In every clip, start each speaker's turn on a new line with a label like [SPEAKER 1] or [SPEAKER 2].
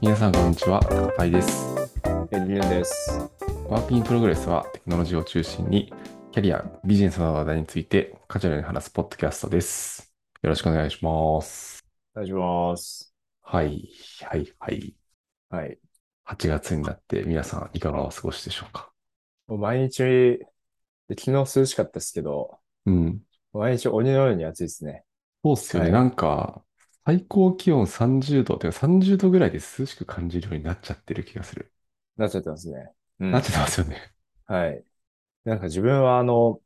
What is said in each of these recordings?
[SPEAKER 1] 皆さんこんにちは、高パイです。
[SPEAKER 2] エリュンです。
[SPEAKER 1] ワーキングプログレスはテクノロジーを中心にキャリア、ビジネスなどの話題についてカジュアルに話すポッドキャストです。よろしくお願いします。
[SPEAKER 2] お願いします。
[SPEAKER 1] はい、はい、はい。
[SPEAKER 2] はい。
[SPEAKER 1] 8月になって皆さんいかがお過ごしでしょうか。
[SPEAKER 2] もう毎日、で昨日涼しかったですけど、
[SPEAKER 1] うん。
[SPEAKER 2] 毎日鬼のように暑いですね。
[SPEAKER 1] そうっすよね。
[SPEAKER 2] はい
[SPEAKER 1] なんか、最高気温30度、てか30度ぐらいで涼しく感じるようになっちゃってる気がする。
[SPEAKER 2] なっちゃってますね。うん
[SPEAKER 1] なっちゃってますよね。
[SPEAKER 2] はい。なんか自分はあの、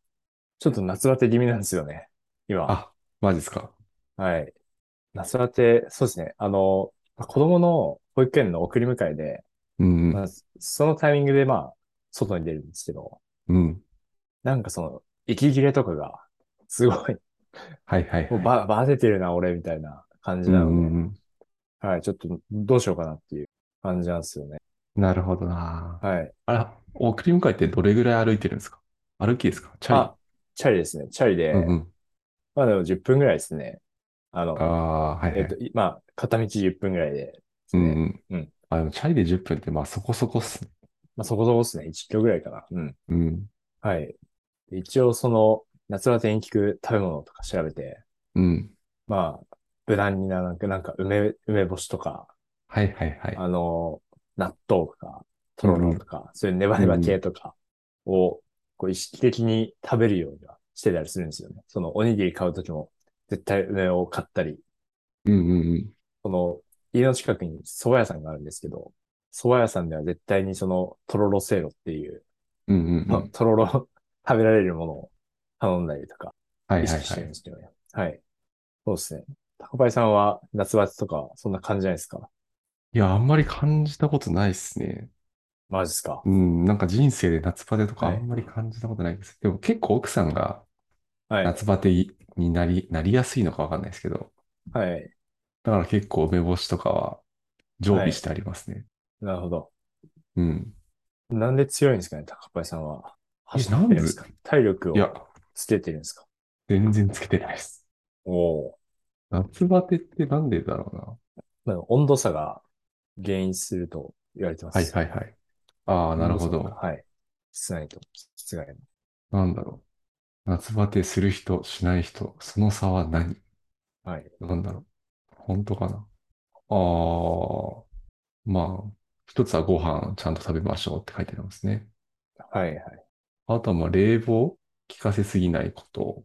[SPEAKER 2] ちょっと夏バテ気味なんですよね。今。
[SPEAKER 1] あ、マジですか。
[SPEAKER 2] はい。夏バテ、そうですね。あの、子供の保育園の送り迎えで、
[SPEAKER 1] うんうん、
[SPEAKER 2] まあ、そのタイミングでまあ、外に出るんですけど、
[SPEAKER 1] うん。
[SPEAKER 2] なんかその、息切れとかが、すごい、
[SPEAKER 1] はいはいはい。
[SPEAKER 2] もうば、ばててるな、俺、みたいな感じな
[SPEAKER 1] うんう
[SPEAKER 2] の
[SPEAKER 1] ん
[SPEAKER 2] で、
[SPEAKER 1] うん
[SPEAKER 2] はい、ちょっとどうしようかなっていう感じなんですよね。
[SPEAKER 1] なるほどな。
[SPEAKER 2] はい。
[SPEAKER 1] あら、送り迎えってどれぐらい歩いてるんですか歩きですかチャ
[SPEAKER 2] あ、チャリですね。チャリで
[SPEAKER 1] リ。、うんうん。
[SPEAKER 2] まあでも10分ぐらいですね。あの
[SPEAKER 1] あ、あ、はい
[SPEAKER 2] え
[SPEAKER 1] は
[SPEAKER 2] っ
[SPEAKER 1] い
[SPEAKER 2] と、。いまあ、片道10分ぐらいでです
[SPEAKER 1] うん
[SPEAKER 2] ね。
[SPEAKER 1] う
[SPEAKER 2] うんん。
[SPEAKER 1] あ、でもチャリで10分ってまあそこそこっすね。
[SPEAKER 2] まあ、そこそこですね。1キロぐらいかな。うん。
[SPEAKER 1] うん。
[SPEAKER 2] はい。で一応、その、夏バテに効く食べ物とか調べて、
[SPEAKER 1] うん。
[SPEAKER 2] まあ、無難にな、なんか、なんか梅、梅干しとか、
[SPEAKER 1] はいはいはい。
[SPEAKER 2] あの、納豆とか、とろろとか、そういうネバネバ系とかを、こう意識的に食べるようにはしてたりするんですよね。そのおにぎり買うときも、絶対梅を買ったり、
[SPEAKER 1] うんうんうん。
[SPEAKER 2] この家の近くに蕎麦屋さんがあるんですけど、蕎麦屋さんでは絶対にそのとろろせいろっていう、
[SPEAKER 1] うんうんうん。
[SPEAKER 2] まあとろろ食べられるものを頼んだりとか、
[SPEAKER 1] はい
[SPEAKER 2] 意
[SPEAKER 1] はい
[SPEAKER 2] 識し
[SPEAKER 1] は
[SPEAKER 2] てるん
[SPEAKER 1] い
[SPEAKER 2] で。すけどね。はい。そうですね。タコパイさんは夏バテとか、そんな感じないですか
[SPEAKER 1] いや、あんまり感じたことないっすね。
[SPEAKER 2] マジですか
[SPEAKER 1] うん。なんか人生で夏バテとかあ
[SPEAKER 2] はい
[SPEAKER 1] んまり感じたことないです。でも結構奥さんが
[SPEAKER 2] はい。
[SPEAKER 1] 夏バテになり、なりやすいのかわかんないですけど、
[SPEAKER 2] はい。
[SPEAKER 1] だから結構梅干しとかは常備してありますね。
[SPEAKER 2] なるほど。
[SPEAKER 1] うん。
[SPEAKER 2] なんで強いんですかね、高橋さんは。
[SPEAKER 1] え
[SPEAKER 2] 走ってるんですか体力
[SPEAKER 1] いや
[SPEAKER 2] を、捨ててるんですか
[SPEAKER 1] 全然つけてないです。
[SPEAKER 2] おお
[SPEAKER 1] 夏バテってなんでだろうな。
[SPEAKER 2] ー。まあ温度差が原因すると言われてます。
[SPEAKER 1] はいはいはい。ああ、なるほ
[SPEAKER 2] 温度差
[SPEAKER 1] ど。
[SPEAKER 2] がはい。室内と室外の。
[SPEAKER 1] なんだろう。夏バテする人、しない人、その差は何
[SPEAKER 2] はい。
[SPEAKER 1] なんだろう。本当かな。ああ、まあ、一つはご飯ちゃんと食べましょうって書いてありますね。
[SPEAKER 2] はい
[SPEAKER 1] あとはまあ冷房効かせすぎないこと。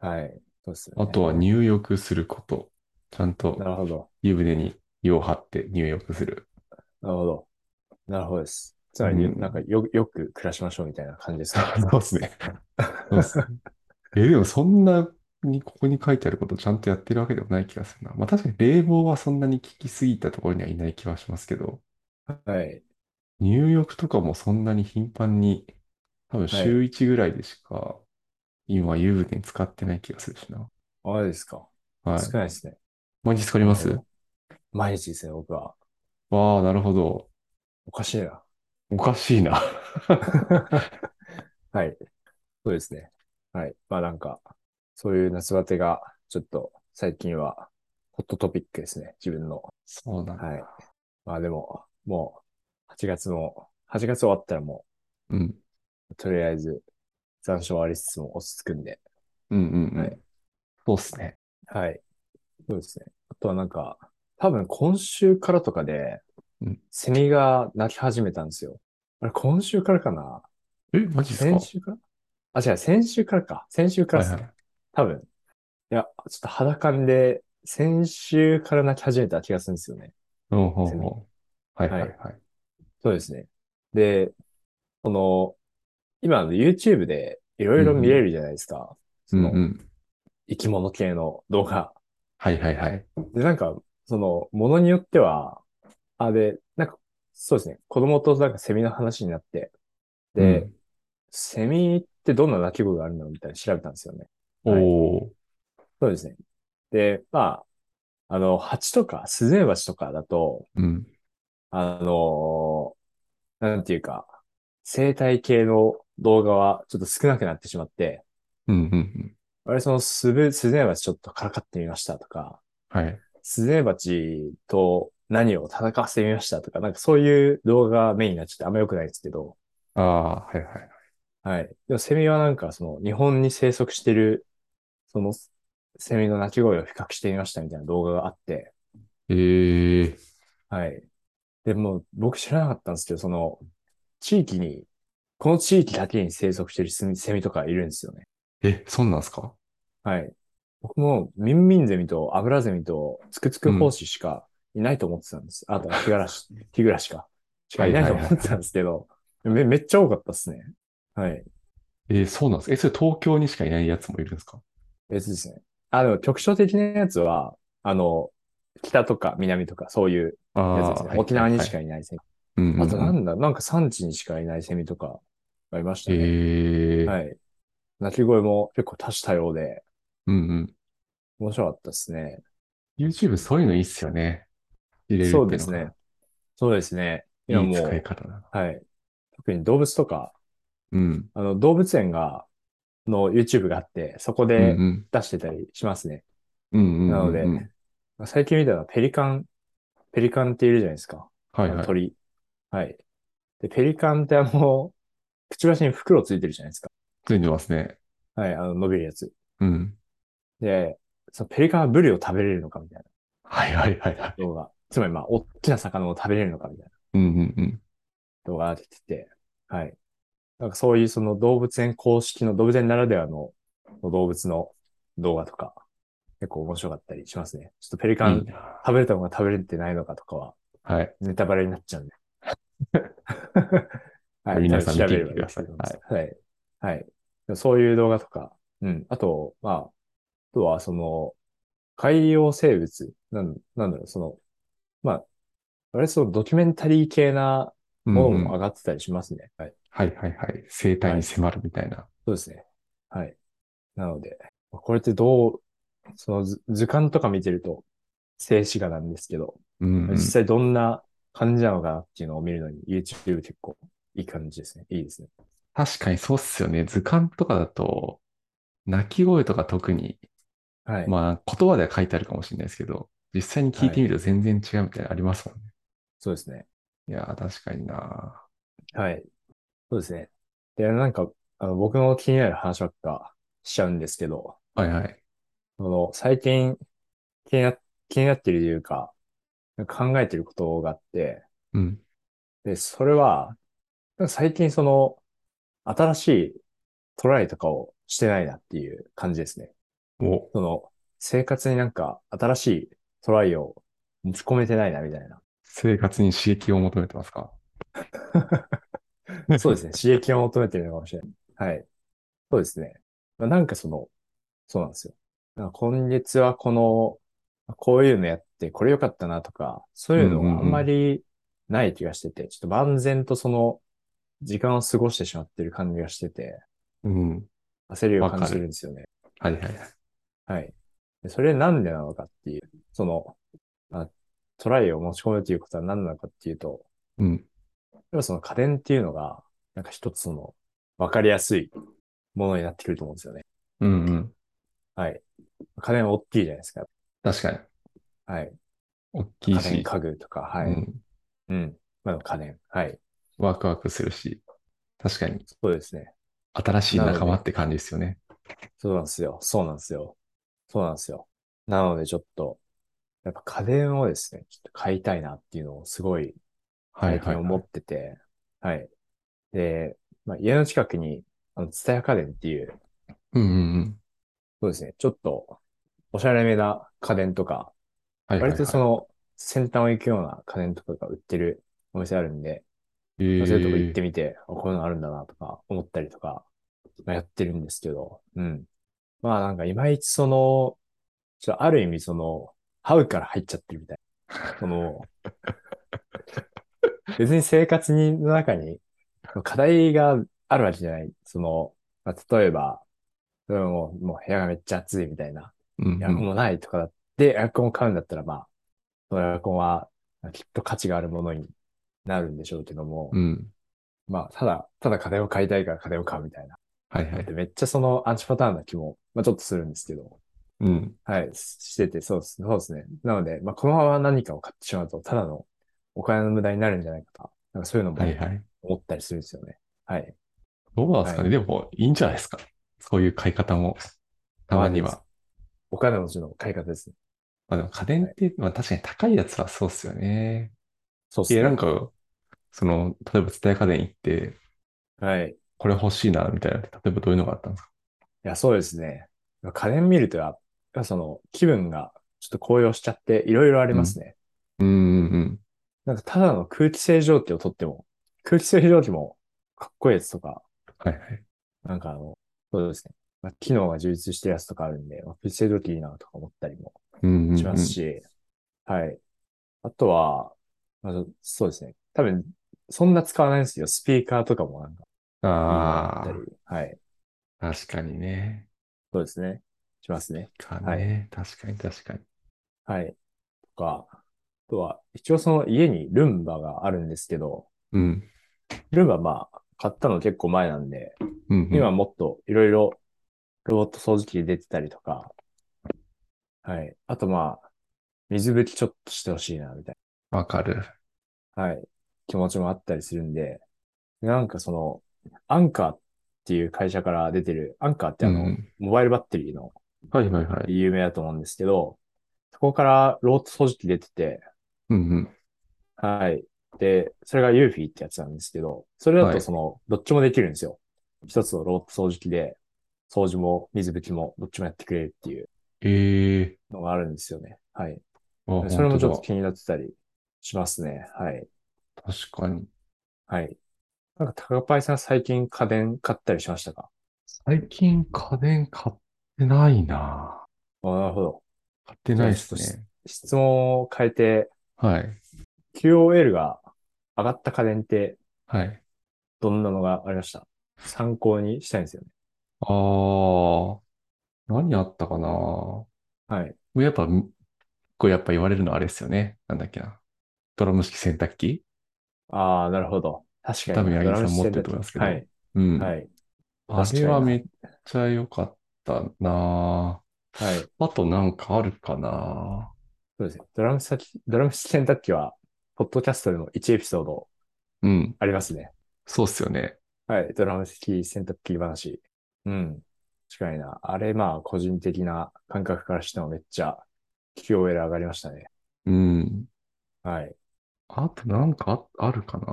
[SPEAKER 2] はい。はい。そうですよね。
[SPEAKER 1] あとは入浴すること。ちゃん
[SPEAKER 2] なる
[SPEAKER 1] と
[SPEAKER 2] ほど。
[SPEAKER 1] 湯船に湯を張って入浴する。
[SPEAKER 2] なるほど。なるほどです。つまり、
[SPEAKER 1] うん
[SPEAKER 2] なんかよ、よく暮らしましょうみたいな感じですか。
[SPEAKER 1] そうですね。そうっすね。え、でもそんなにここに書いてあることちゃんとやってるわけでもない気がするな。まあ確かに冷房はそんなに効きすぎたところにはいない気はしますけど、
[SPEAKER 2] はい。
[SPEAKER 1] 入浴とかもそんなに頻繁に、多分週1ぐらいでしか、今湯船に使ってない気がするしな。
[SPEAKER 2] あれですか。
[SPEAKER 1] はい。
[SPEAKER 2] 少ないですね。
[SPEAKER 1] 毎日使います
[SPEAKER 2] なるほ毎日ですね、僕は。
[SPEAKER 1] わあ、なるほど。
[SPEAKER 2] おかしいな。
[SPEAKER 1] おかしい な。
[SPEAKER 2] はい。そうですね。はい。まあなんか、そういう夏バテが、ちょっと最近はホットトピックですね。自分の。
[SPEAKER 1] そうなんだ。
[SPEAKER 2] はい。まあでも、もう、8月も、8月終わったらも
[SPEAKER 1] うん。
[SPEAKER 2] う、とりあえず、残暑はありつつも落ち着くんで。
[SPEAKER 1] うんうんう
[SPEAKER 2] は
[SPEAKER 1] ん
[SPEAKER 2] い。
[SPEAKER 1] そうっすね。
[SPEAKER 2] はい。そうですね。あとはなんか、多分今週からとかで
[SPEAKER 1] うん、
[SPEAKER 2] セミが鳴き始めたんですよ。あれ、今週からかな
[SPEAKER 1] え、マジっすか
[SPEAKER 2] 先週からあ、違う、先週からか。先週からです
[SPEAKER 1] は
[SPEAKER 2] ね。
[SPEAKER 1] いはい
[SPEAKER 2] 多分。いや、ちょっと肌感で、先週から泣き始めた気がするんですよね。
[SPEAKER 1] うんうんうんはいはいはい。
[SPEAKER 2] そうですね。で、この、今あの YouTube でいろいろ見れるじゃないですか。
[SPEAKER 1] うん
[SPEAKER 2] そうの、
[SPEAKER 1] ん。
[SPEAKER 2] 生き物系の動画。
[SPEAKER 1] はいはいはい。
[SPEAKER 2] で、なんか、その、ものによっては、あ、で、なんか、そうですね。子供となんかセミの話になって、で、
[SPEAKER 1] うん、
[SPEAKER 2] セミってどんな鳴き声があるのみたいに調べたんですよね。はい
[SPEAKER 1] おー。
[SPEAKER 2] そうですね。で、まあ、あの、蜂とか、スズメバチとかだと、
[SPEAKER 1] うん。
[SPEAKER 2] あのーなんていうか、生態系の動画はちょっと少なくなってしまって、
[SPEAKER 1] うんうんうん。
[SPEAKER 2] あれそのスズスズメバチちょっとからかってみましたとか、
[SPEAKER 1] はい。
[SPEAKER 2] スズメバチと何を戦わせてみましたとか、なんかそういう動画がメインになっちゃってあんま良くないですけど、
[SPEAKER 1] ああ、はいはい。
[SPEAKER 2] はい。でもセミはなんかその日本に生息してる、そのセミの鳴き声を比較してみましたみたいな動画があって、
[SPEAKER 1] ええ
[SPEAKER 2] はい。でも僕知らなかったんですけど、その地域に、この地域だけに生息してるセミセミとかいるんですよね。
[SPEAKER 1] え、そんなんすか
[SPEAKER 2] はい。僕もミンミンゼミとアブラゼミとツクツク胞子しかいないと思ってたんです。あとはヒガラ シ、ヒグラシか。しかいないと思ってたんですけど、めめっちゃ多かったですね。はい。
[SPEAKER 1] えーそうなんですかえ、それ東京にしかいないやつもいるんですか
[SPEAKER 2] 別ですね。あの、局所的なやつは、あの、北とか南とかそういう
[SPEAKER 1] あ
[SPEAKER 2] やつ
[SPEAKER 1] あ
[SPEAKER 2] ですね。
[SPEAKER 1] ー、
[SPEAKER 2] 沖縄にし
[SPEAKER 1] か。
[SPEAKER 2] かいないセミ。
[SPEAKER 1] うんうんうん
[SPEAKER 2] あとなんだ、なんか山地にしかいないセミとかありましたね。
[SPEAKER 1] ええ
[SPEAKER 2] はい。鳴き声も結構多種多様で、
[SPEAKER 1] うんうん。
[SPEAKER 2] 面白かったですね。
[SPEAKER 1] YouTube そういうのいいっすよね。入れるってい
[SPEAKER 2] そう
[SPEAKER 1] の
[SPEAKER 2] う
[SPEAKER 1] が
[SPEAKER 2] ですね。。そうですね。
[SPEAKER 1] い
[SPEAKER 2] 今
[SPEAKER 1] い
[SPEAKER 2] も、
[SPEAKER 1] 使いう方だな。
[SPEAKER 2] はい。特に動物とか、
[SPEAKER 1] うん。
[SPEAKER 2] あの、動物園が、の YouTube があって、そこ
[SPEAKER 1] うん
[SPEAKER 2] で
[SPEAKER 1] うん。
[SPEAKER 2] 出してたりしますね。
[SPEAKER 1] うんうんうんうん。
[SPEAKER 2] なので最近見たのはペリカン、ペリカンっているじゃないですか。
[SPEAKER 1] はいはい。
[SPEAKER 2] 鳥。はい。で、ペリカンってあの、くちばしに袋ついてるじゃないですか。
[SPEAKER 1] ついてますね。
[SPEAKER 2] はい、あの、伸びるやつ。
[SPEAKER 1] うん。
[SPEAKER 2] で、そのペリカンはブリを食べれるのかみたい
[SPEAKER 1] はいはいはいはい。
[SPEAKER 2] な動画。つまりまあ、大きな魚を食べれるのかみたいな
[SPEAKER 1] うんうんうん。
[SPEAKER 2] 動画が出てて、はい。なんかそういうその動物園公式の動物園ならではの動物の動画とか、結構面白かったりしますね。ちょっとペリカ
[SPEAKER 1] いい
[SPEAKER 2] ン
[SPEAKER 1] な。
[SPEAKER 2] 食べれたのか食べれてないのかとかは
[SPEAKER 1] はい。
[SPEAKER 2] ネタバレになっちゃ うんで。はい、
[SPEAKER 1] 皆さん
[SPEAKER 2] 多分調
[SPEAKER 1] 見
[SPEAKER 2] べれ
[SPEAKER 1] てみてく
[SPEAKER 2] ば
[SPEAKER 1] ださい
[SPEAKER 2] いいと思ます。はい。はい。でもそういう動画とか、うん。あと、まあ、あとは、その、海洋生物、なん、なんだろう、その、まあ、あれ、そのドキュメンタリー系な
[SPEAKER 1] うん
[SPEAKER 2] もの
[SPEAKER 1] うん
[SPEAKER 2] も上がってたりしますね。はい。
[SPEAKER 1] はいはいはい。生態に迫るみたいな。
[SPEAKER 2] そうですね。はい。なので、これってどう、その図図鑑とか見てると、静止画なんですけど、
[SPEAKER 1] うんうん
[SPEAKER 2] 実際どんな感じなのかなっていうのを見るのに YouTube 結構いい感じですね。いいですね。
[SPEAKER 1] 確かにそうっすよね。図鑑とかだと、鳴き声とか特に、
[SPEAKER 2] はい。
[SPEAKER 1] まあ言葉では書いてあるかもしれないですけど、実際に聞いてみると全然違うみたいなのありますもんね。
[SPEAKER 2] そうですね。
[SPEAKER 1] いやー、確かにな。
[SPEAKER 2] はい。そうですね。で、なんか、あの僕の気になる話ばっかしちゃうんですけど、
[SPEAKER 1] はいはい。
[SPEAKER 2] その最近気にな、気になってるというか、なんか考えてることがあって、
[SPEAKER 1] うん。
[SPEAKER 2] で、それは、なんか最近その、新しいトライとかをしてないなっていう感じですね。
[SPEAKER 1] お、
[SPEAKER 2] その、生活になんか新しいトライを持ち込めてないな、みたい な。
[SPEAKER 1] 生活に刺激を求めてますか
[SPEAKER 2] そうですね。刺激を求めてるのかもしれない。はい。そうですね。まあなんかその、そうなんですよ。なんか今月はこの、こういうのやって、これ良かったなとか、そういうのがあんまりない気がしてて、ちょっと万全とその、時間を過ごしてしまってる感じがしてて、
[SPEAKER 1] うん。
[SPEAKER 2] 焦りを感じてるんですよね。
[SPEAKER 1] はいはいはい。
[SPEAKER 2] はい。でそれなんでなのかっていう、その、まあ、トライを持ち込むということは何なのかっていうと、
[SPEAKER 1] うん。
[SPEAKER 2] やっぱその家電っていうのが、なんか一つの分かりやすいものになってくると思うんですよね。
[SPEAKER 1] うんうん。
[SPEAKER 2] はい。家電は大きいじゃないですか。
[SPEAKER 1] 確かに。
[SPEAKER 2] はい。
[SPEAKER 1] 大き
[SPEAKER 2] 家
[SPEAKER 1] い
[SPEAKER 2] 電
[SPEAKER 1] し、
[SPEAKER 2] 家具とか、は
[SPEAKER 1] う
[SPEAKER 2] い。
[SPEAKER 1] ん。
[SPEAKER 2] うん。まあ、家電。はい。
[SPEAKER 1] ワクワクするし、確かに
[SPEAKER 2] そうですね。
[SPEAKER 1] 新しい仲間って感じですよね。
[SPEAKER 2] そうなんですよ。そうなんですよ。そうなんですよ。なのでちょっと、やっぱ家電をですね、ちょっと買いたいなっていうのをすごい
[SPEAKER 1] はいは
[SPEAKER 2] 最
[SPEAKER 1] い、
[SPEAKER 2] 近
[SPEAKER 1] はい。
[SPEAKER 2] 思ってて、はいで、まあ、家の近くに、あの、ツタヤ家電っていう、
[SPEAKER 1] うんうんうん。
[SPEAKER 2] そうですね、ちょっと、おしゃれめな家電とか、
[SPEAKER 1] はいはい、
[SPEAKER 2] 割
[SPEAKER 1] はい。
[SPEAKER 2] とその、先端を行くような家電とかが売ってるお店あるんで、
[SPEAKER 1] えー
[SPEAKER 2] まあそういうとこ行ってみて、あこういうのあるんだなとか思ったりとか、まあやってるんですけど、うん。まあなんかいまいちその、ちょっとある意味その、ハウから入っちゃってるみたいな。その、別に生活にの中に課題があるわけじゃない。その、まあ、例えば、それはもうもう部屋がめっちゃ暑いみたいな。
[SPEAKER 1] うんう
[SPEAKER 2] エアコン
[SPEAKER 1] ん、
[SPEAKER 2] もないとかだって、エアコンを買うんだったら、まあ、そのエアコンはきっと価値があるものになるんでしょうけども、
[SPEAKER 1] うん。
[SPEAKER 2] まあ、ただ、ただ家電を買いたいから家電を買うみたいな。
[SPEAKER 1] はいはい。
[SPEAKER 2] でめっちゃそのアンチパターンな気も、まあちょっとするんですけど、
[SPEAKER 1] うん。
[SPEAKER 2] はい、してて、そうですそうですね。なので、まあ、このまま何かを買ってしまうと、ただのお金の無駄になるんじゃないかと、なんかそういうのも
[SPEAKER 1] はいはい。
[SPEAKER 2] 思ったりするんですよね。はい。
[SPEAKER 1] どうなんですかね、でも、いいんじゃないですか。そういう買い方も。たまに
[SPEAKER 2] ま
[SPEAKER 1] は。
[SPEAKER 2] お金持ちの買い方ですね。
[SPEAKER 1] まあでも家電って、まあ確かに高いやつはそうっすよね。
[SPEAKER 2] そうです
[SPEAKER 1] い
[SPEAKER 2] ね。
[SPEAKER 1] や、なんか、その、例えば伝え家電行って、
[SPEAKER 2] はい。い
[SPEAKER 1] これ欲しいな、みたいな。例えばどういうのがあったんですか
[SPEAKER 2] や、そうですね。家電見るとやっぱ、その気分がちょっと高揚しちゃって、いろいろありますね。
[SPEAKER 1] うんうんうん。
[SPEAKER 2] なんか、ただの空気清浄機を取っても、空気清浄機もかっこいいやつとか、
[SPEAKER 1] はいはい。
[SPEAKER 2] なんかあの、そうですね。まあ、機能が充実してるやつとかあるんで、まあ、空気清浄機いいなとか思ったりも
[SPEAKER 1] うんうん、うん。
[SPEAKER 2] しますし、はい。あとは、まあ、そうですね。多分、そんな使わないんですけど、スピーカーとかもなんか、
[SPEAKER 1] あ
[SPEAKER 2] ったり、はい。
[SPEAKER 1] あ、確かにね。
[SPEAKER 2] そうですね。しますね。
[SPEAKER 1] か
[SPEAKER 2] は
[SPEAKER 1] ね。確かに確かに。
[SPEAKER 2] はい。とか、あとは、一応その家にルンバがあるんですけど、
[SPEAKER 1] うん。
[SPEAKER 2] ルンバまあ、買ったの結構前なんで、
[SPEAKER 1] うん、うん。
[SPEAKER 2] 今もっといろいろロボット掃除機出てたりとか、はい。あとまあ、水拭きちょっとしてほしいな、みたい
[SPEAKER 1] わかる。
[SPEAKER 2] な、はい。気持ちもあったりするんで、なんかその、アンカーっていう会社から出てる、アンカーってあの、
[SPEAKER 1] うん
[SPEAKER 2] モバイルバッテリーの
[SPEAKER 1] はいはいはい。
[SPEAKER 2] 有名だと思うんですけど、そこからロボット掃除機出てて、
[SPEAKER 1] うんうん。
[SPEAKER 2] はい。で、それがユーフィーってやつなんですけど、それだ
[SPEAKER 1] は
[SPEAKER 2] と
[SPEAKER 1] い
[SPEAKER 2] その、どっちもできるんですよ。一つのロボット掃除機で、掃除も水拭きもどっちもやってくれるっていう
[SPEAKER 1] ええ
[SPEAKER 2] のがあるんですよね。はい。
[SPEAKER 1] ー。あ
[SPEAKER 2] それもちょっ
[SPEAKER 1] 本
[SPEAKER 2] と
[SPEAKER 1] 当
[SPEAKER 2] 気になってたりしますね。はい。
[SPEAKER 1] だ確かに。
[SPEAKER 2] はい。なんか、高パイさん最近家電買ったりしましたか
[SPEAKER 1] 最近家電買ってないな。
[SPEAKER 2] あなるほど。
[SPEAKER 1] 買ってないですね。
[SPEAKER 2] 質問を変えて、
[SPEAKER 1] はい。
[SPEAKER 2] QOL が上がった家電って
[SPEAKER 1] はい。
[SPEAKER 2] どんなのがありました参考にしたいんですよね。
[SPEAKER 1] ああ、何あったかな。も
[SPEAKER 2] はい。
[SPEAKER 1] うやっぱ、こうやっぱ言われるのはあれですよね。なんだっけな。ドラム式洗濯機
[SPEAKER 2] ああ、なるほど。確かに。
[SPEAKER 1] 多分八木さん
[SPEAKER 2] ドラム式
[SPEAKER 1] 持ってると思いますけど
[SPEAKER 2] 洗濯機
[SPEAKER 1] う
[SPEAKER 2] はい。
[SPEAKER 1] ん。
[SPEAKER 2] はい。
[SPEAKER 1] あれはめっちゃ良かったな。
[SPEAKER 2] はい。そ
[SPEAKER 1] あとなんかあるかな。
[SPEAKER 2] うですね。ドラム先、ドラム式洗濯機は、ポッドキャストでも1エピソード
[SPEAKER 1] うん。
[SPEAKER 2] ありますね。
[SPEAKER 1] そうっすよね。
[SPEAKER 2] はい。ドラム式洗濯機話。うん。近いな。あれ、まあ、個人的な感覚からしてもめっちゃ、QOL 上がりましたね。
[SPEAKER 1] うん。
[SPEAKER 2] はい。
[SPEAKER 1] あとなんかああるかな。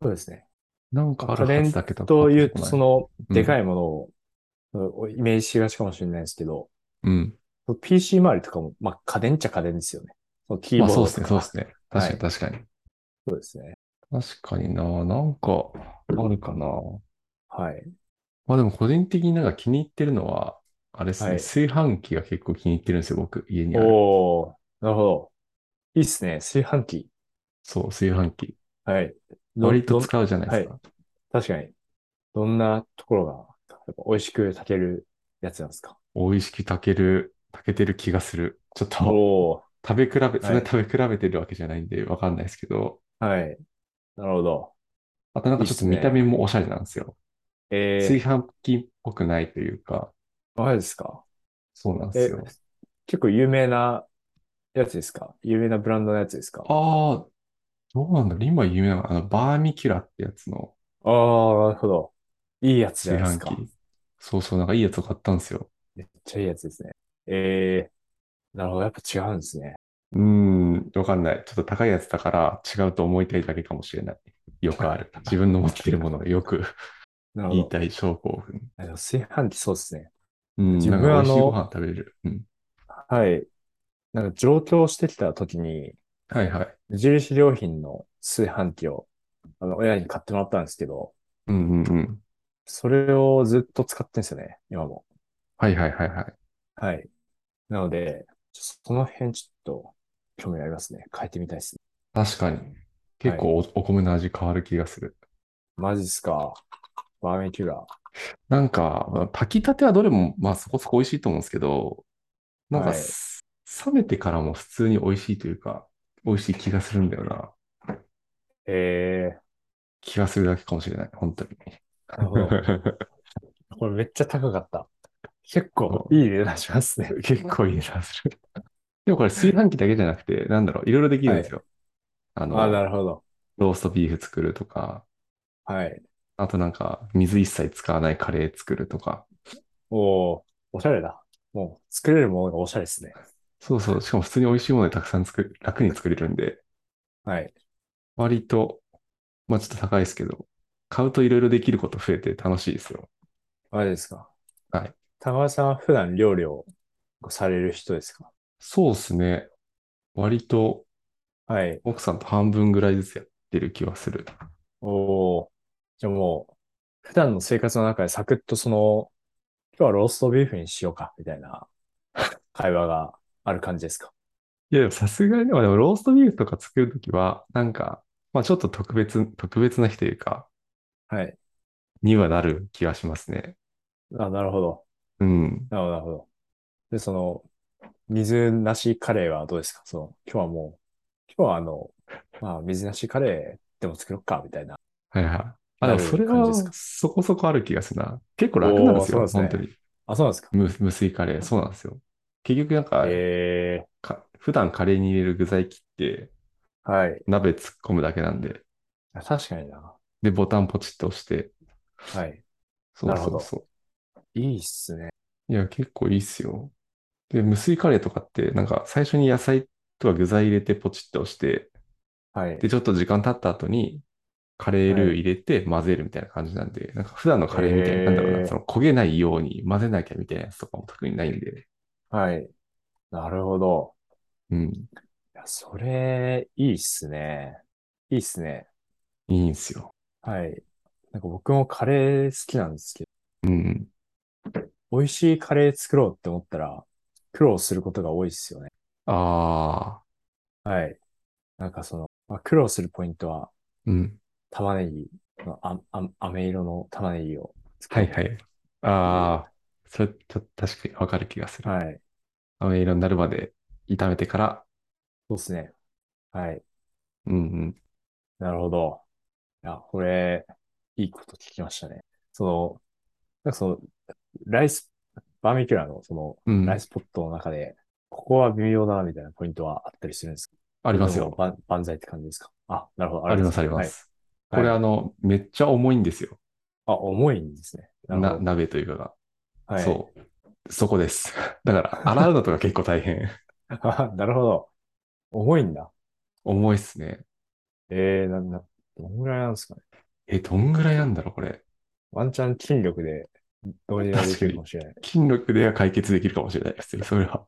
[SPEAKER 2] そうですね。
[SPEAKER 1] なんかあ
[SPEAKER 2] 家
[SPEAKER 1] るは
[SPEAKER 2] 電
[SPEAKER 1] ずだけど。
[SPEAKER 2] というと、その、
[SPEAKER 1] うん
[SPEAKER 2] でかいものを、イメージしがちかもしれないですけど、
[SPEAKER 1] うん。
[SPEAKER 2] PC 周りとかも、まあ、家電っちゃ家電ですよね。そのキー
[SPEAKER 1] まあ
[SPEAKER 2] ボー
[SPEAKER 1] そう
[SPEAKER 2] ド
[SPEAKER 1] です
[SPEAKER 2] と
[SPEAKER 1] ね、
[SPEAKER 2] か。
[SPEAKER 1] そうですね。確か
[SPEAKER 2] は
[SPEAKER 1] に確
[SPEAKER 2] い
[SPEAKER 1] かに。
[SPEAKER 2] そうですね。
[SPEAKER 1] 確かにな。なんかあるかな。
[SPEAKER 2] はい。
[SPEAKER 1] まあでも個人的になんか気に入ってるのは、あれですね、
[SPEAKER 2] はい
[SPEAKER 1] 炊飯器が結構気に入ってるんですよ、僕、家にある。
[SPEAKER 2] おー、なるほど。いいっすね。炊飯器。
[SPEAKER 1] そう、炊飯器。
[SPEAKER 2] はい。ど
[SPEAKER 1] 割と
[SPEAKER 2] どん
[SPEAKER 1] 使うじゃないですか。
[SPEAKER 2] 確かに。どんなところが、やっぱ美味しく炊けるやつなんですか
[SPEAKER 1] 美味しく炊ける、炊けてる気がする。ちょっと
[SPEAKER 2] お
[SPEAKER 1] 食べ比べ、それは食べ比べてるわけじゃないんでわかんないですけど、
[SPEAKER 2] ー、はい。なるほど。
[SPEAKER 1] あとなんかちょっと見た目もおしゃれなんですよ。
[SPEAKER 2] え
[SPEAKER 1] 炊
[SPEAKER 2] ー、
[SPEAKER 1] 飯器っぽくないというか、
[SPEAKER 2] マジですか
[SPEAKER 1] そうなんです
[SPEAKER 2] え
[SPEAKER 1] よ。、
[SPEAKER 2] 結構有名なやつですか有名なブランドのやつですかあ
[SPEAKER 1] ああ、どうなんだろう。今有名なのあの、バーミキュラってやつの
[SPEAKER 2] あー、なるほど。いいやつじゃないで
[SPEAKER 1] 炊
[SPEAKER 2] す
[SPEAKER 1] 飯
[SPEAKER 2] か。
[SPEAKER 1] 器。そうそう、なんかいいやつを買ったんですよ。
[SPEAKER 2] めっちゃいいやつですね。えー、なるほど。やっぱ違うんですね。
[SPEAKER 1] うーん、わかんない。ちょっと高いやつだから違うと思いたいだけかもしれない。よくあ る。自分の持ってるものをよく
[SPEAKER 2] なるほ
[SPEAKER 1] 言い
[SPEAKER 2] ど。
[SPEAKER 1] たい症候群。
[SPEAKER 2] あの炊飯器そうですね。
[SPEAKER 1] うん、
[SPEAKER 2] 自
[SPEAKER 1] なん
[SPEAKER 2] 分
[SPEAKER 1] か美味しいご
[SPEAKER 2] あ
[SPEAKER 1] 飯食べれる。うん。
[SPEAKER 2] はい。なんか上京してきた時に、
[SPEAKER 1] はいはい。
[SPEAKER 2] 無印良品の炊飯器を、あの、親に買ってもらったんですけど、
[SPEAKER 1] うんうんうん。
[SPEAKER 2] それをずっと使ってんですよね、今も。
[SPEAKER 1] はいはいはいはい。
[SPEAKER 2] はい。なので、ちょその辺ちょっと興味ありますね。変えてみたいですね。
[SPEAKER 1] 確かに。結構おお米の味変わる気がする。
[SPEAKER 2] マジっすか。バーベキューが。
[SPEAKER 1] なんか、まあ炊きたてはどれも、まあそこそこ美味しいと思うんですけど、なんか
[SPEAKER 2] はい
[SPEAKER 1] す、冷めてからも普通に美味しいというか、美味しい気がするんだよな。
[SPEAKER 2] え
[SPEAKER 1] 気がす るだけかもしれない。本当に。
[SPEAKER 2] ー、なるほど。これめっちゃ高かった。結構いい値段しますね。
[SPEAKER 1] 結構いい値段する。でもこれ炊飯器だけじゃなくて、なんだろう、いろいろできるんですよ。あ
[SPEAKER 2] あ、
[SPEAKER 1] の、
[SPEAKER 2] なるほど。
[SPEAKER 1] ローストビーフ作るとか、
[SPEAKER 2] はい。
[SPEAKER 1] あとなんか、水一切使わないカレー作るとか。
[SPEAKER 2] おー、おしゃれだ。もう、作れるものがおしゃれですね。
[SPEAKER 1] そうそう、しかも普通に美味しいものでたくさん作る、楽に作れるんで、
[SPEAKER 2] はい。
[SPEAKER 1] 割と、まあちょっと高いですけど、買うといろいろできること増えて楽しいですよ。
[SPEAKER 2] あれですか。
[SPEAKER 1] はい。
[SPEAKER 2] 高橋さんは普段料理をされる人ですか
[SPEAKER 1] そうですね。割と
[SPEAKER 2] はい。
[SPEAKER 1] 奥さんと半分ぐらいずつやってる気はする。
[SPEAKER 2] おー。じゃあもう、普段の生活の中でサクッとその、今日はローストビーフにしようか、みたいな会話がある感じですか
[SPEAKER 1] いや、でもさすがに、まあでもローストビーフとか作るときは、なんか、まあちょっと特別、特別な日というか、
[SPEAKER 2] はい。
[SPEAKER 1] にはなる気がしますね。
[SPEAKER 2] あ、なるほど。
[SPEAKER 1] うん。
[SPEAKER 2] なるほど、なるほど。で、その、水なしカレーはどうですかその、今日はもう、今日はあの、まあ、水なしカレーでも作ろうか、みたいな。
[SPEAKER 1] はいはい。あ、でも
[SPEAKER 2] なる
[SPEAKER 1] それ
[SPEAKER 2] 感
[SPEAKER 1] は
[SPEAKER 2] じですか
[SPEAKER 1] そこそこある気がするな。結構楽なんですよ、
[SPEAKER 2] おーそう
[SPEAKER 1] 本
[SPEAKER 2] で
[SPEAKER 1] 当
[SPEAKER 2] すね
[SPEAKER 1] に。
[SPEAKER 2] あ、そうなんですか
[SPEAKER 1] 無、無水カレー、そうなんですよ。結局なんか、
[SPEAKER 2] え
[SPEAKER 1] か普段カレーに入れる具材切って、
[SPEAKER 2] ー、はい。
[SPEAKER 1] 鍋突っ込むだけなんで、
[SPEAKER 2] あ確かにな。
[SPEAKER 1] で、ボタンポチッと押して、
[SPEAKER 2] はい。
[SPEAKER 1] そう
[SPEAKER 2] なる
[SPEAKER 1] そ
[SPEAKER 2] ほ
[SPEAKER 1] う
[SPEAKER 2] ど
[SPEAKER 1] そ
[SPEAKER 2] いいっすね。
[SPEAKER 1] う。いや、結構いいっすよ。で、無水カレーとかって、なんか最初に野菜とか具材入れてポチッと押して、
[SPEAKER 2] はい。
[SPEAKER 1] で、ちょっと時間経った後に、カレールー入れて混ぜるみたいな感じなんで、なんか普段のカレーみたいに、
[SPEAKER 2] へー
[SPEAKER 1] なんだろうな、その焦げないように混ぜなきゃみたいなやつとかも特にないんで、
[SPEAKER 2] はい。なるほど。
[SPEAKER 1] うん、
[SPEAKER 2] いや、それ、いいっすね。いいっすね。
[SPEAKER 1] いいんすよ。
[SPEAKER 2] はい。なんか僕もカレー好きなんですけ
[SPEAKER 1] うん。
[SPEAKER 2] ど、美味しいカレー作ろうって思ったら、苦労することが多いっすよね。
[SPEAKER 1] ああ、
[SPEAKER 2] はい。なんかその、まあ、苦労するポイントは、
[SPEAKER 1] うん。
[SPEAKER 2] 玉ねぎの、あ、あ、飴色の玉ねぎを使
[SPEAKER 1] は
[SPEAKER 2] う
[SPEAKER 1] いはい。ああ、それ、ちょっと確かにわかる気がする。
[SPEAKER 2] はい。
[SPEAKER 1] あの色になるまで炒めてから、
[SPEAKER 2] そうですね。はい。
[SPEAKER 1] うんうん。
[SPEAKER 2] なるほど。いや、これ、いいこと聞きましたね。その、なんかその、ライス、バーミキュラの、その、
[SPEAKER 1] うん
[SPEAKER 2] ライスポットの中で、ここは微妙だな、みたいなポイントはあったりするんですか
[SPEAKER 1] あります
[SPEAKER 2] それ
[SPEAKER 1] よ。
[SPEAKER 2] ともば万歳って感じですかあ、なるほど。
[SPEAKER 1] ありますあり
[SPEAKER 2] は
[SPEAKER 1] ま
[SPEAKER 2] い。
[SPEAKER 1] す。これ
[SPEAKER 2] はい
[SPEAKER 1] あの、めっちゃ重いんですよ。
[SPEAKER 2] あ、重いんですね。なる
[SPEAKER 1] な、
[SPEAKER 2] ほど。
[SPEAKER 1] 鍋というかが。
[SPEAKER 2] はい。
[SPEAKER 1] そう。そこです。 だから、洗うのとか結構大変。
[SPEAKER 2] あ なるほど。重いんだ。
[SPEAKER 1] 重いっすね。
[SPEAKER 2] ええな、な、どんぐらいなんですかね。
[SPEAKER 1] え、どんぐらいなんだろう、これ。
[SPEAKER 2] ワンチャン筋力でどうにかできるかもしれない。
[SPEAKER 1] 筋力では解決できるかもしれないです よ、それは。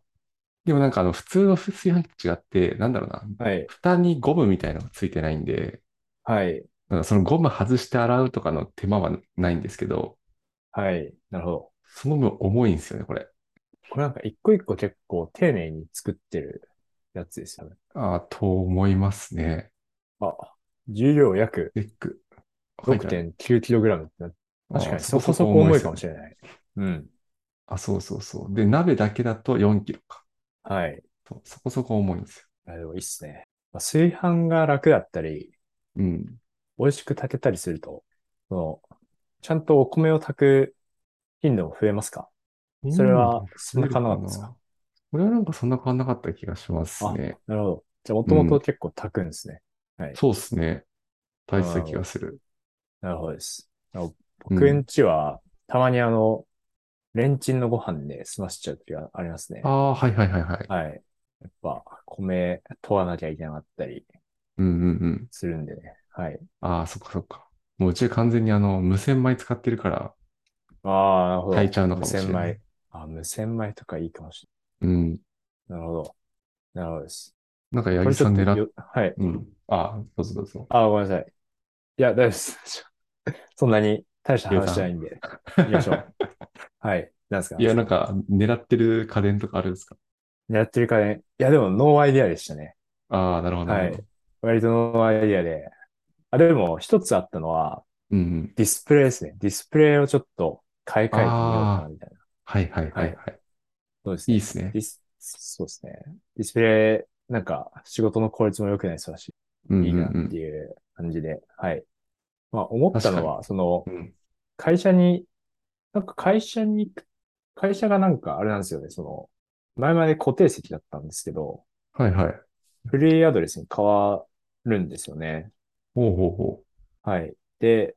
[SPEAKER 1] でもなんかあの、普通の炊飯器と違って、なんだろうな。
[SPEAKER 2] はい。
[SPEAKER 1] 蓋にゴムみたいなのがついてないんで、
[SPEAKER 2] はい。
[SPEAKER 1] なんかそのゴム外して洗うとかの手間はないんですけど、
[SPEAKER 2] はい。なるほど。
[SPEAKER 1] その分重いんですよね、これ。
[SPEAKER 2] これなんか一個一個結構丁寧に作ってるやつですよね。
[SPEAKER 1] ああ、と思いますね。
[SPEAKER 2] あ、重量約
[SPEAKER 1] レック。
[SPEAKER 2] 6.9kg ってな確か
[SPEAKER 1] あー
[SPEAKER 2] にそこそこ重いかも
[SPEAKER 1] れない。
[SPEAKER 2] しれない。うん。
[SPEAKER 1] あ、そうそうそう。で、鍋だけだと4キロか。
[SPEAKER 2] はい。
[SPEAKER 1] そうそこそこ重いんですよ。
[SPEAKER 2] あ、でもいいっすね。まあ、炊飯が楽だったり、
[SPEAKER 1] うん。
[SPEAKER 2] 美味しく炊けたりすると、その、ちゃんとお米を炊く頻度も増えますかそれはそんな感じなんですか
[SPEAKER 1] これはなんかそんな変わんなかった気がしますね。
[SPEAKER 2] なるほど。じゃあ、もともと結構炊くんですね。あ
[SPEAKER 1] そうですね。大事な気がする。
[SPEAKER 2] なるほどです。あの
[SPEAKER 1] うん
[SPEAKER 2] 僕んちは、たまにあの、レンチンのご飯で済ましちゃう時がありますね
[SPEAKER 1] あ。あ、はいはいはいはい。
[SPEAKER 2] はい。やっぱ、米問わなきゃいけなかったり
[SPEAKER 1] うんうんうん。
[SPEAKER 2] するんでね。はい。
[SPEAKER 1] ああ、そっかそっか。もううちは完全にあの、無洗米使ってるから、
[SPEAKER 2] ああ、なるほど。
[SPEAKER 1] 炊いちゃうのかもしれない
[SPEAKER 2] 無洗米。あ、無洗米とかいいかもし
[SPEAKER 1] うん。
[SPEAKER 2] れない。なるほど。なるほどです。
[SPEAKER 1] なんか
[SPEAKER 2] こ
[SPEAKER 1] 八
[SPEAKER 2] れ
[SPEAKER 1] 木
[SPEAKER 2] ちょ
[SPEAKER 1] さ
[SPEAKER 2] っ
[SPEAKER 1] ん
[SPEAKER 2] と
[SPEAKER 1] 狙っ
[SPEAKER 2] よ、はい。
[SPEAKER 1] うん。ああ、どうぞどうぞ。
[SPEAKER 2] あーごめんなさい。いや、大丈夫です。 そんなに大した話じゃないんで。行きましょう。はい。なんですか
[SPEAKER 1] いや、なんか、狙ってる家電とかあるんですか
[SPEAKER 2] 狙ってる家電。いや、でもノーアイディアでしたね。
[SPEAKER 1] ああ、なるほど、なるほど。
[SPEAKER 2] 割とノーアイディアで。あ、でも一つあったのは、
[SPEAKER 1] うんうん。
[SPEAKER 2] ディスプレイですね。ディスプレイをちょっと買い替えてみようかな、みたいな。
[SPEAKER 1] はいはいはいはい。
[SPEAKER 2] そうです
[SPEAKER 1] いい
[SPEAKER 2] ね。
[SPEAKER 1] ですね
[SPEAKER 2] デ。ィス、そうですね。ディスプレイ、なんか仕事の効率も良くないそうだし、
[SPEAKER 1] うん
[SPEAKER 2] いいなっ
[SPEAKER 1] うん
[SPEAKER 2] ていう感じで、はい。まあ思ったの
[SPEAKER 1] 確か
[SPEAKER 2] は、その
[SPEAKER 1] う、ん。
[SPEAKER 2] 会社に、なんか会社に行く会社がなんかあれなんですよね、その、前まで固定席だったんですけど、
[SPEAKER 1] はいはい。
[SPEAKER 2] フリーアドレスに変わるんですよね。
[SPEAKER 1] ほうほうほ
[SPEAKER 2] はい。で、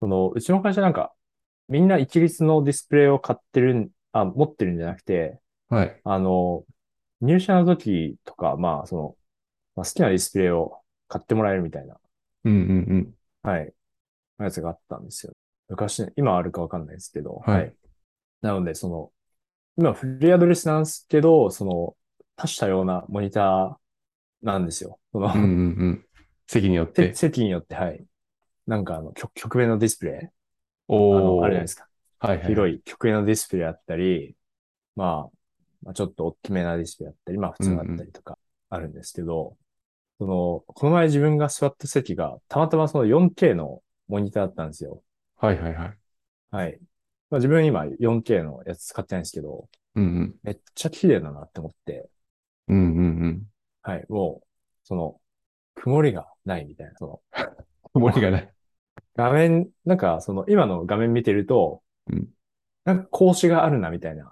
[SPEAKER 2] その、うちの会社なんか、みんな一律のディスプレイを買ってるん、あ、持ってるんじゃなくて、
[SPEAKER 1] う。はい。
[SPEAKER 2] あの、入社の時とか、まあ、その、まあ、好きなディスプレイを買ってもらえるみたいな、
[SPEAKER 1] うんうんうん。
[SPEAKER 2] はい、やつがあったんですよ。昔ね、今あるかわかんないですけど、
[SPEAKER 1] はい
[SPEAKER 2] なので、その、今フリーアドレスなんですけど、その、多種多様なモニターなんですよ。その、
[SPEAKER 1] うんうんうん。席によっ
[SPEAKER 2] せ
[SPEAKER 1] て。
[SPEAKER 2] 席によって、はい。なんかあの、曲、曲面のディスプレイあ
[SPEAKER 1] お
[SPEAKER 2] の、
[SPEAKER 1] ー。
[SPEAKER 2] あるじゃないですか。
[SPEAKER 1] はいはい。
[SPEAKER 2] 広い曲面のディスプレイあったり、まあ、まあ、ちょっと大きめなディスプレイあったり、まあ普通だったりとかあるんですけど、その、この前自分が座った席が、たまたまその 4K のモニターだったんですよ。
[SPEAKER 1] はいはいはい。
[SPEAKER 2] はい。まあ自分今 4K のやつ使ってないんですけど、
[SPEAKER 1] うんうん。
[SPEAKER 2] めっちゃ綺麗だなって思って、
[SPEAKER 1] うんうん うん。
[SPEAKER 2] はい、もう、その、曇りがないみたいな、その、
[SPEAKER 1] 曇りがない。
[SPEAKER 2] 画面、なんかその、今の画面見てると、
[SPEAKER 1] うん
[SPEAKER 2] なんか格子があるなみたいな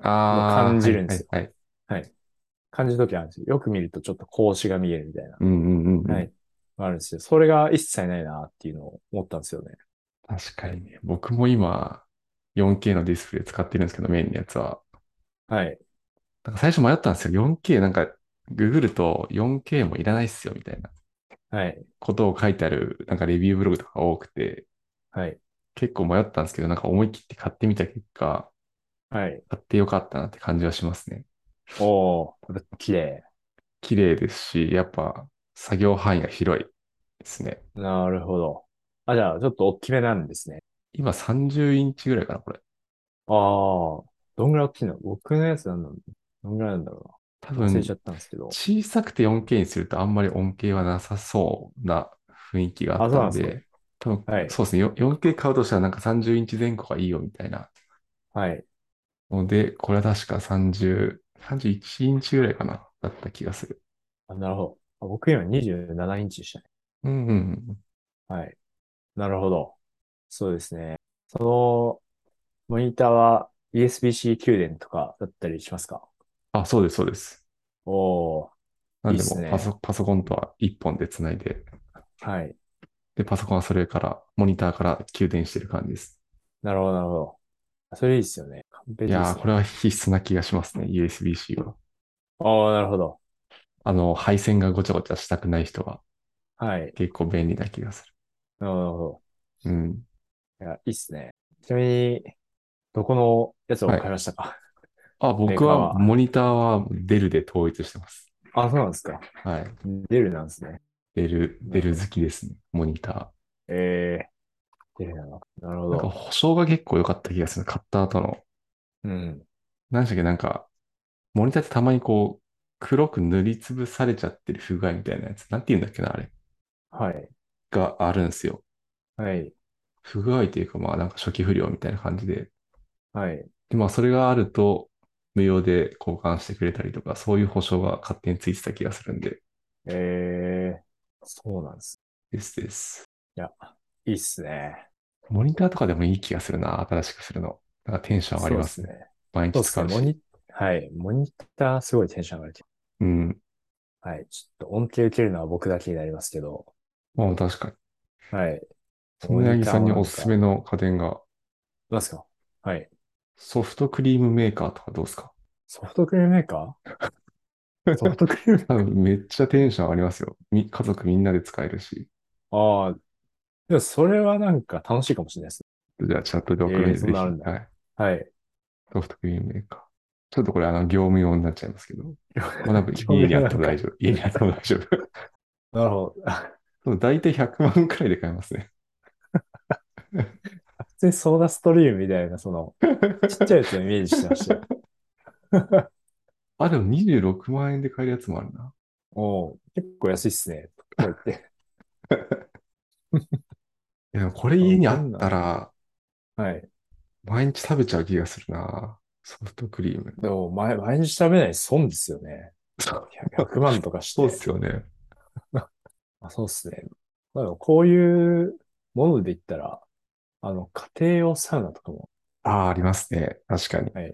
[SPEAKER 1] あー。
[SPEAKER 2] 感じるんですよ
[SPEAKER 1] はいはい
[SPEAKER 2] 感じの時あるんですよ。よく見るとちょっと格子が見えるみたいな。
[SPEAKER 1] はい。うんうんうんうん。
[SPEAKER 2] はい。あるんですよ。それが一切ないなっていうのを思ったんですよね。
[SPEAKER 1] 確かにね。僕も今、4K のディスプレイ使ってるんですけど、メインのやつは。
[SPEAKER 2] はい。
[SPEAKER 1] なんか最初迷ったんですよ。4K、なんか、ググると 4K もいらないっすよ、みたいな
[SPEAKER 2] はい。
[SPEAKER 1] ことを書いてある、なんかレビューブログとかが多くて、
[SPEAKER 2] はい。
[SPEAKER 1] 結構迷ったんですけど、なんか思い切って買ってみた結果、
[SPEAKER 2] はい。
[SPEAKER 1] 買ってよかったなって感じはしますね。
[SPEAKER 2] おー、これ綺麗。
[SPEAKER 1] 綺麗ですし、やっぱ作業範囲が広いですね。
[SPEAKER 2] なるほど。あ、じゃあ、ちょっと大きめなんですね。
[SPEAKER 1] 今30インチぐらいかな、これ。
[SPEAKER 2] あー、どんぐらい大きいの僕のやつなんだろうどんぐらいなんだろ
[SPEAKER 1] 多
[SPEAKER 2] うな。
[SPEAKER 1] 分
[SPEAKER 2] 忘、れちゃったんですけど。
[SPEAKER 1] 小さくて 4K にするとあんまり恩恵はなさそうな雰囲気があったの
[SPEAKER 2] あそうなん
[SPEAKER 1] で、多分、
[SPEAKER 2] はい
[SPEAKER 1] そうですね、よ 4K 買うとしたらなんか30インチ前後がいいよみたいな
[SPEAKER 2] はい。
[SPEAKER 1] ので、これは確か30、31インチぐらいかな、だった気がする。
[SPEAKER 2] あなるほど。あ僕今27インチでしたね。
[SPEAKER 1] うんうんうん。
[SPEAKER 2] はい。なるほど。そうですね。その、モニターは USB-C 給電とかだったりしますか
[SPEAKER 1] あ、そうです、そうです。
[SPEAKER 2] おー、
[SPEAKER 1] なん
[SPEAKER 2] い
[SPEAKER 1] で
[SPEAKER 2] いっす
[SPEAKER 1] も
[SPEAKER 2] ね
[SPEAKER 1] パソ、パソコンとは1本でつないで、
[SPEAKER 2] はい。
[SPEAKER 1] で、パソコンはそれから、モニターから給電してる感じです。
[SPEAKER 2] なるほど、なるほど。それいいっすよね。完璧
[SPEAKER 1] い
[SPEAKER 2] です
[SPEAKER 1] やー、
[SPEAKER 2] ね
[SPEAKER 1] これは必須な気がしますね、USB-C は。
[SPEAKER 2] ああ、なるほど。
[SPEAKER 1] あの、配線がごちゃごちゃしたくない人は
[SPEAKER 2] はい。
[SPEAKER 1] 結構便利な気がす
[SPEAKER 2] なるほ
[SPEAKER 1] る。うん。
[SPEAKER 2] ど。いや、いいっすね。ちなみに、どこのやつを買いましたか、
[SPEAKER 1] あ、
[SPEAKER 2] メーカ
[SPEAKER 1] 僕
[SPEAKER 2] ー
[SPEAKER 1] は
[SPEAKER 2] は
[SPEAKER 1] モニターはデルで統一してます。
[SPEAKER 2] あ、そうなんですか。
[SPEAKER 1] はい。
[SPEAKER 2] デルなんですね。
[SPEAKER 1] デル、デル好きですね。モニタ
[SPEAKER 2] ええデルなのか。なるほ
[SPEAKER 1] ー。なんか
[SPEAKER 2] ど。
[SPEAKER 1] 保証が結構良かった気がする。買った後の。
[SPEAKER 2] うん。
[SPEAKER 1] 何でしたっけ、なんか、モニターってたまにこう、黒く塗りつぶされちゃってる不具合みたいなやつ。なんて言うんだっけな、あれ。
[SPEAKER 2] はい。
[SPEAKER 1] があるんですよ。
[SPEAKER 2] はい。
[SPEAKER 1] 不具合というか、まあなんか初期不良みたいな感じで。
[SPEAKER 2] はい。
[SPEAKER 1] で、まあそれがあると、無料で交換してくれたりとか、そういう保証が勝手についてた気がするんで。
[SPEAKER 2] ええそうなんです。
[SPEAKER 1] ですです。
[SPEAKER 2] いや、いいっすね。
[SPEAKER 1] モニターとかでもいい気がするな、新しくするの。なんかテンション上がりますね。
[SPEAKER 2] そうっすね。
[SPEAKER 1] 毎
[SPEAKER 2] そう
[SPEAKER 1] 日
[SPEAKER 2] っす
[SPEAKER 1] 使
[SPEAKER 2] ね。
[SPEAKER 1] うし。
[SPEAKER 2] モニ、はい。モニターすごいテンション上がる。
[SPEAKER 1] うん。
[SPEAKER 2] はい。ちょっと恩恵受けるのは僕だけになりますけど。
[SPEAKER 1] まあ確かに。
[SPEAKER 2] はい。
[SPEAKER 1] その八木さんにおすすめの家電が、
[SPEAKER 2] なんすかはい。
[SPEAKER 1] ソフトクリームメーカーとかどうですか
[SPEAKER 2] ソフトクリームメーカ ーソフトクリーム
[SPEAKER 1] 多分めっちゃテンション上がりますよ。み家族みんなで使えるし。
[SPEAKER 2] ああ。でもそれはなんか楽しいかもしれないですね。
[SPEAKER 1] じゃあチャットで送るん
[SPEAKER 2] え
[SPEAKER 1] で、
[SPEAKER 2] ー
[SPEAKER 1] ぜ
[SPEAKER 2] そ
[SPEAKER 1] ひ。
[SPEAKER 2] んなのあるんだ
[SPEAKER 1] はい。
[SPEAKER 2] はい。
[SPEAKER 1] ソフトクリームメーカー。ちょっとこれあの業務用になっちゃいますけ ど。まあ、多分
[SPEAKER 2] 興味
[SPEAKER 1] 家にあ
[SPEAKER 2] な
[SPEAKER 1] っ
[SPEAKER 2] い
[SPEAKER 1] ても大 丈夫。家にあっても大丈夫。
[SPEAKER 2] なるほど。
[SPEAKER 1] そう大体100万くらいで買えますね。
[SPEAKER 2] 普通にソーダストリームみたいな、その、ちっちゃいやつをイメージしてましたよ。
[SPEAKER 1] あ、でも26万円で買えるやつもあるな。
[SPEAKER 2] おう結構安いっすね。こうやって。
[SPEAKER 1] いや、でもこれ家にあったら、
[SPEAKER 2] はい。
[SPEAKER 1] 毎日食べちゃう気がするな。ソフトクリーム。
[SPEAKER 2] でも、毎毎日食べない損ですよね。100万とかし
[SPEAKER 1] そ
[SPEAKER 2] て。
[SPEAKER 1] うっすよね。
[SPEAKER 2] あ、そうっすね。まあでもこういうもので言ったら、あの、家庭用サウナとかも
[SPEAKER 1] ああ、ありますね。確かに。
[SPEAKER 2] 家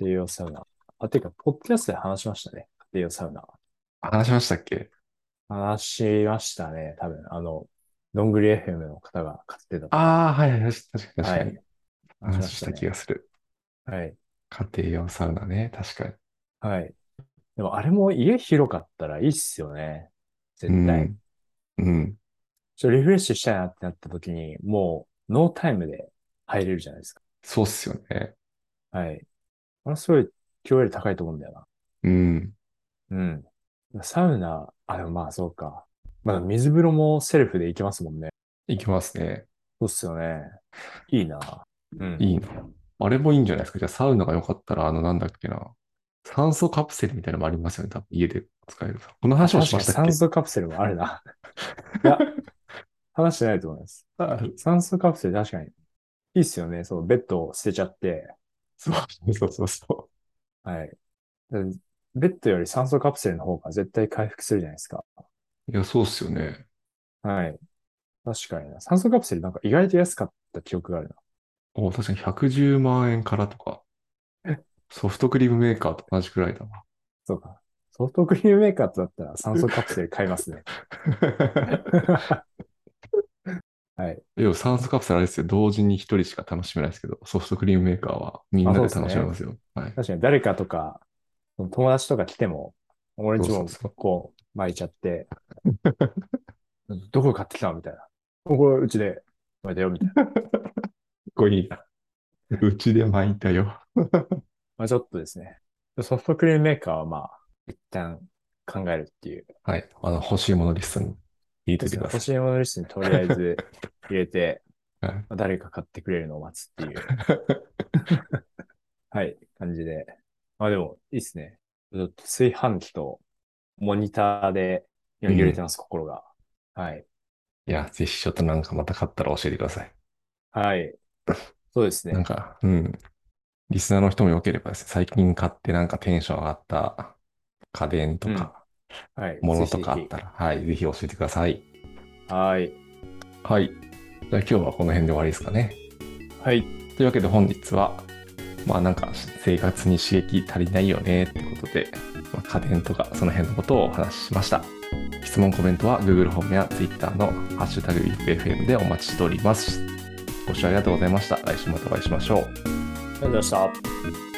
[SPEAKER 2] 庭用サウナ。あ、ていうか、ポッドキャストで話しましたね。家庭用サウナ。
[SPEAKER 1] 話しましたっけ
[SPEAKER 2] 話しましたね。多分、あの、どんぐり FM の方が買ってた。
[SPEAKER 1] ああ、はいはい、確かに確
[SPEAKER 2] は
[SPEAKER 1] かに。
[SPEAKER 2] い。
[SPEAKER 1] 話した気
[SPEAKER 2] ね。
[SPEAKER 1] がする。
[SPEAKER 2] はい。
[SPEAKER 1] 家庭用サウナね、確かに。
[SPEAKER 2] はい。でも、あれも家広かったらいいっすよね。絶
[SPEAKER 1] う
[SPEAKER 2] 対。
[SPEAKER 1] ん。うん。
[SPEAKER 2] ちょっとリフレッシュしたいなってなった時に、もう、ノータイムで入れるじゃないですか。
[SPEAKER 1] そうっすよね。
[SPEAKER 2] はい。あれすごい、今日より高いと思うんだよな。
[SPEAKER 1] うん。
[SPEAKER 2] うん。サウナ、あ、でもまあそうか。まあ水風呂もセルフで行けますもんね。
[SPEAKER 1] いきますね。
[SPEAKER 2] そうっすよね。いいな。うん。
[SPEAKER 1] いいな。あれもいいんじゃないですか。じゃあサウナが良かったら、あの、なんだっけな。酸素カプセルみたいなのもありますよね。多分家で使える。この話もしましたっ
[SPEAKER 2] 確かに
[SPEAKER 1] け
[SPEAKER 2] 酸素カプセルもあ るな。いや、話してないと思います。
[SPEAKER 1] ある
[SPEAKER 2] 酸素カプセル確かに。いいっすよね。そう、ベッドを捨てちゃって。
[SPEAKER 1] そうそうそうそ
[SPEAKER 2] はい。うんベッドより酸素カプセルの方が絶対回復するじゃないですか。
[SPEAKER 1] う。いや、そうっすよね。
[SPEAKER 2] はい。確かにな。酸素カプセルなんか意外と安かった記憶があるな。
[SPEAKER 1] お、確かに110万円からとか。ソフトクリームメーカーと同じくらいだな。
[SPEAKER 2] そうか。ソフトクリームメーカーだったら酸素カプセル買いますね。 はい。
[SPEAKER 1] 要は酸素カプセルあれですよ。同時に一人しか楽しめないですけど、ソフトクリームメーカーはみんなで楽しめますよ。はい。
[SPEAKER 2] 確かに誰かとか、友達とか来ても、俺んち
[SPEAKER 1] そう
[SPEAKER 2] も
[SPEAKER 1] そうそう
[SPEAKER 2] こう巻いちゃって、どこで買ってきたのみたいな。これうちで巻いたよ、みたいな。
[SPEAKER 1] こいいな。うちで巻いたよ。
[SPEAKER 2] まあちょっとですね。ソフトクリームメーカーはまあ、一旦考えるっていう。
[SPEAKER 1] はい。あの、欲しいものリストに入れておいてくだ
[SPEAKER 2] 欲
[SPEAKER 1] さ
[SPEAKER 2] しいものリストにとりあえ ず入れて、
[SPEAKER 1] い。はい。
[SPEAKER 2] まあ誰か買ってくれるのを待つっていう。 はい、感じで。まあでも、いいっすね。ちょっと炊飯器とモニターで今揺れてます、心が。はい。
[SPEAKER 1] いや、ぜひちょっとなんかまた買ったら教えてください。
[SPEAKER 2] はい。そうです
[SPEAKER 1] なん
[SPEAKER 2] ね。
[SPEAKER 1] か、うん。リスナーの人も良ければですね、最近買ってなんかテンション上がった家電とか、
[SPEAKER 2] はい。
[SPEAKER 1] ものとかあ
[SPEAKER 2] ぜ
[SPEAKER 1] っ
[SPEAKER 2] ひぜ
[SPEAKER 1] たら、はい、ぜひ教えてください。
[SPEAKER 2] ひはい。
[SPEAKER 1] はい。じゃあ今日はこの辺で終わりですかね。
[SPEAKER 2] はい。
[SPEAKER 1] というわけで本日はまあなんか生活に刺激足りないよねってことで、まあ家電とかその辺のことをお話ししました質問コメントは Google ホームや Twitter の「ハッシュタグ #IFFM」でお待ちしておりますご視聴ありがとうございました来週またお会いしましょう
[SPEAKER 2] ありがとうございました。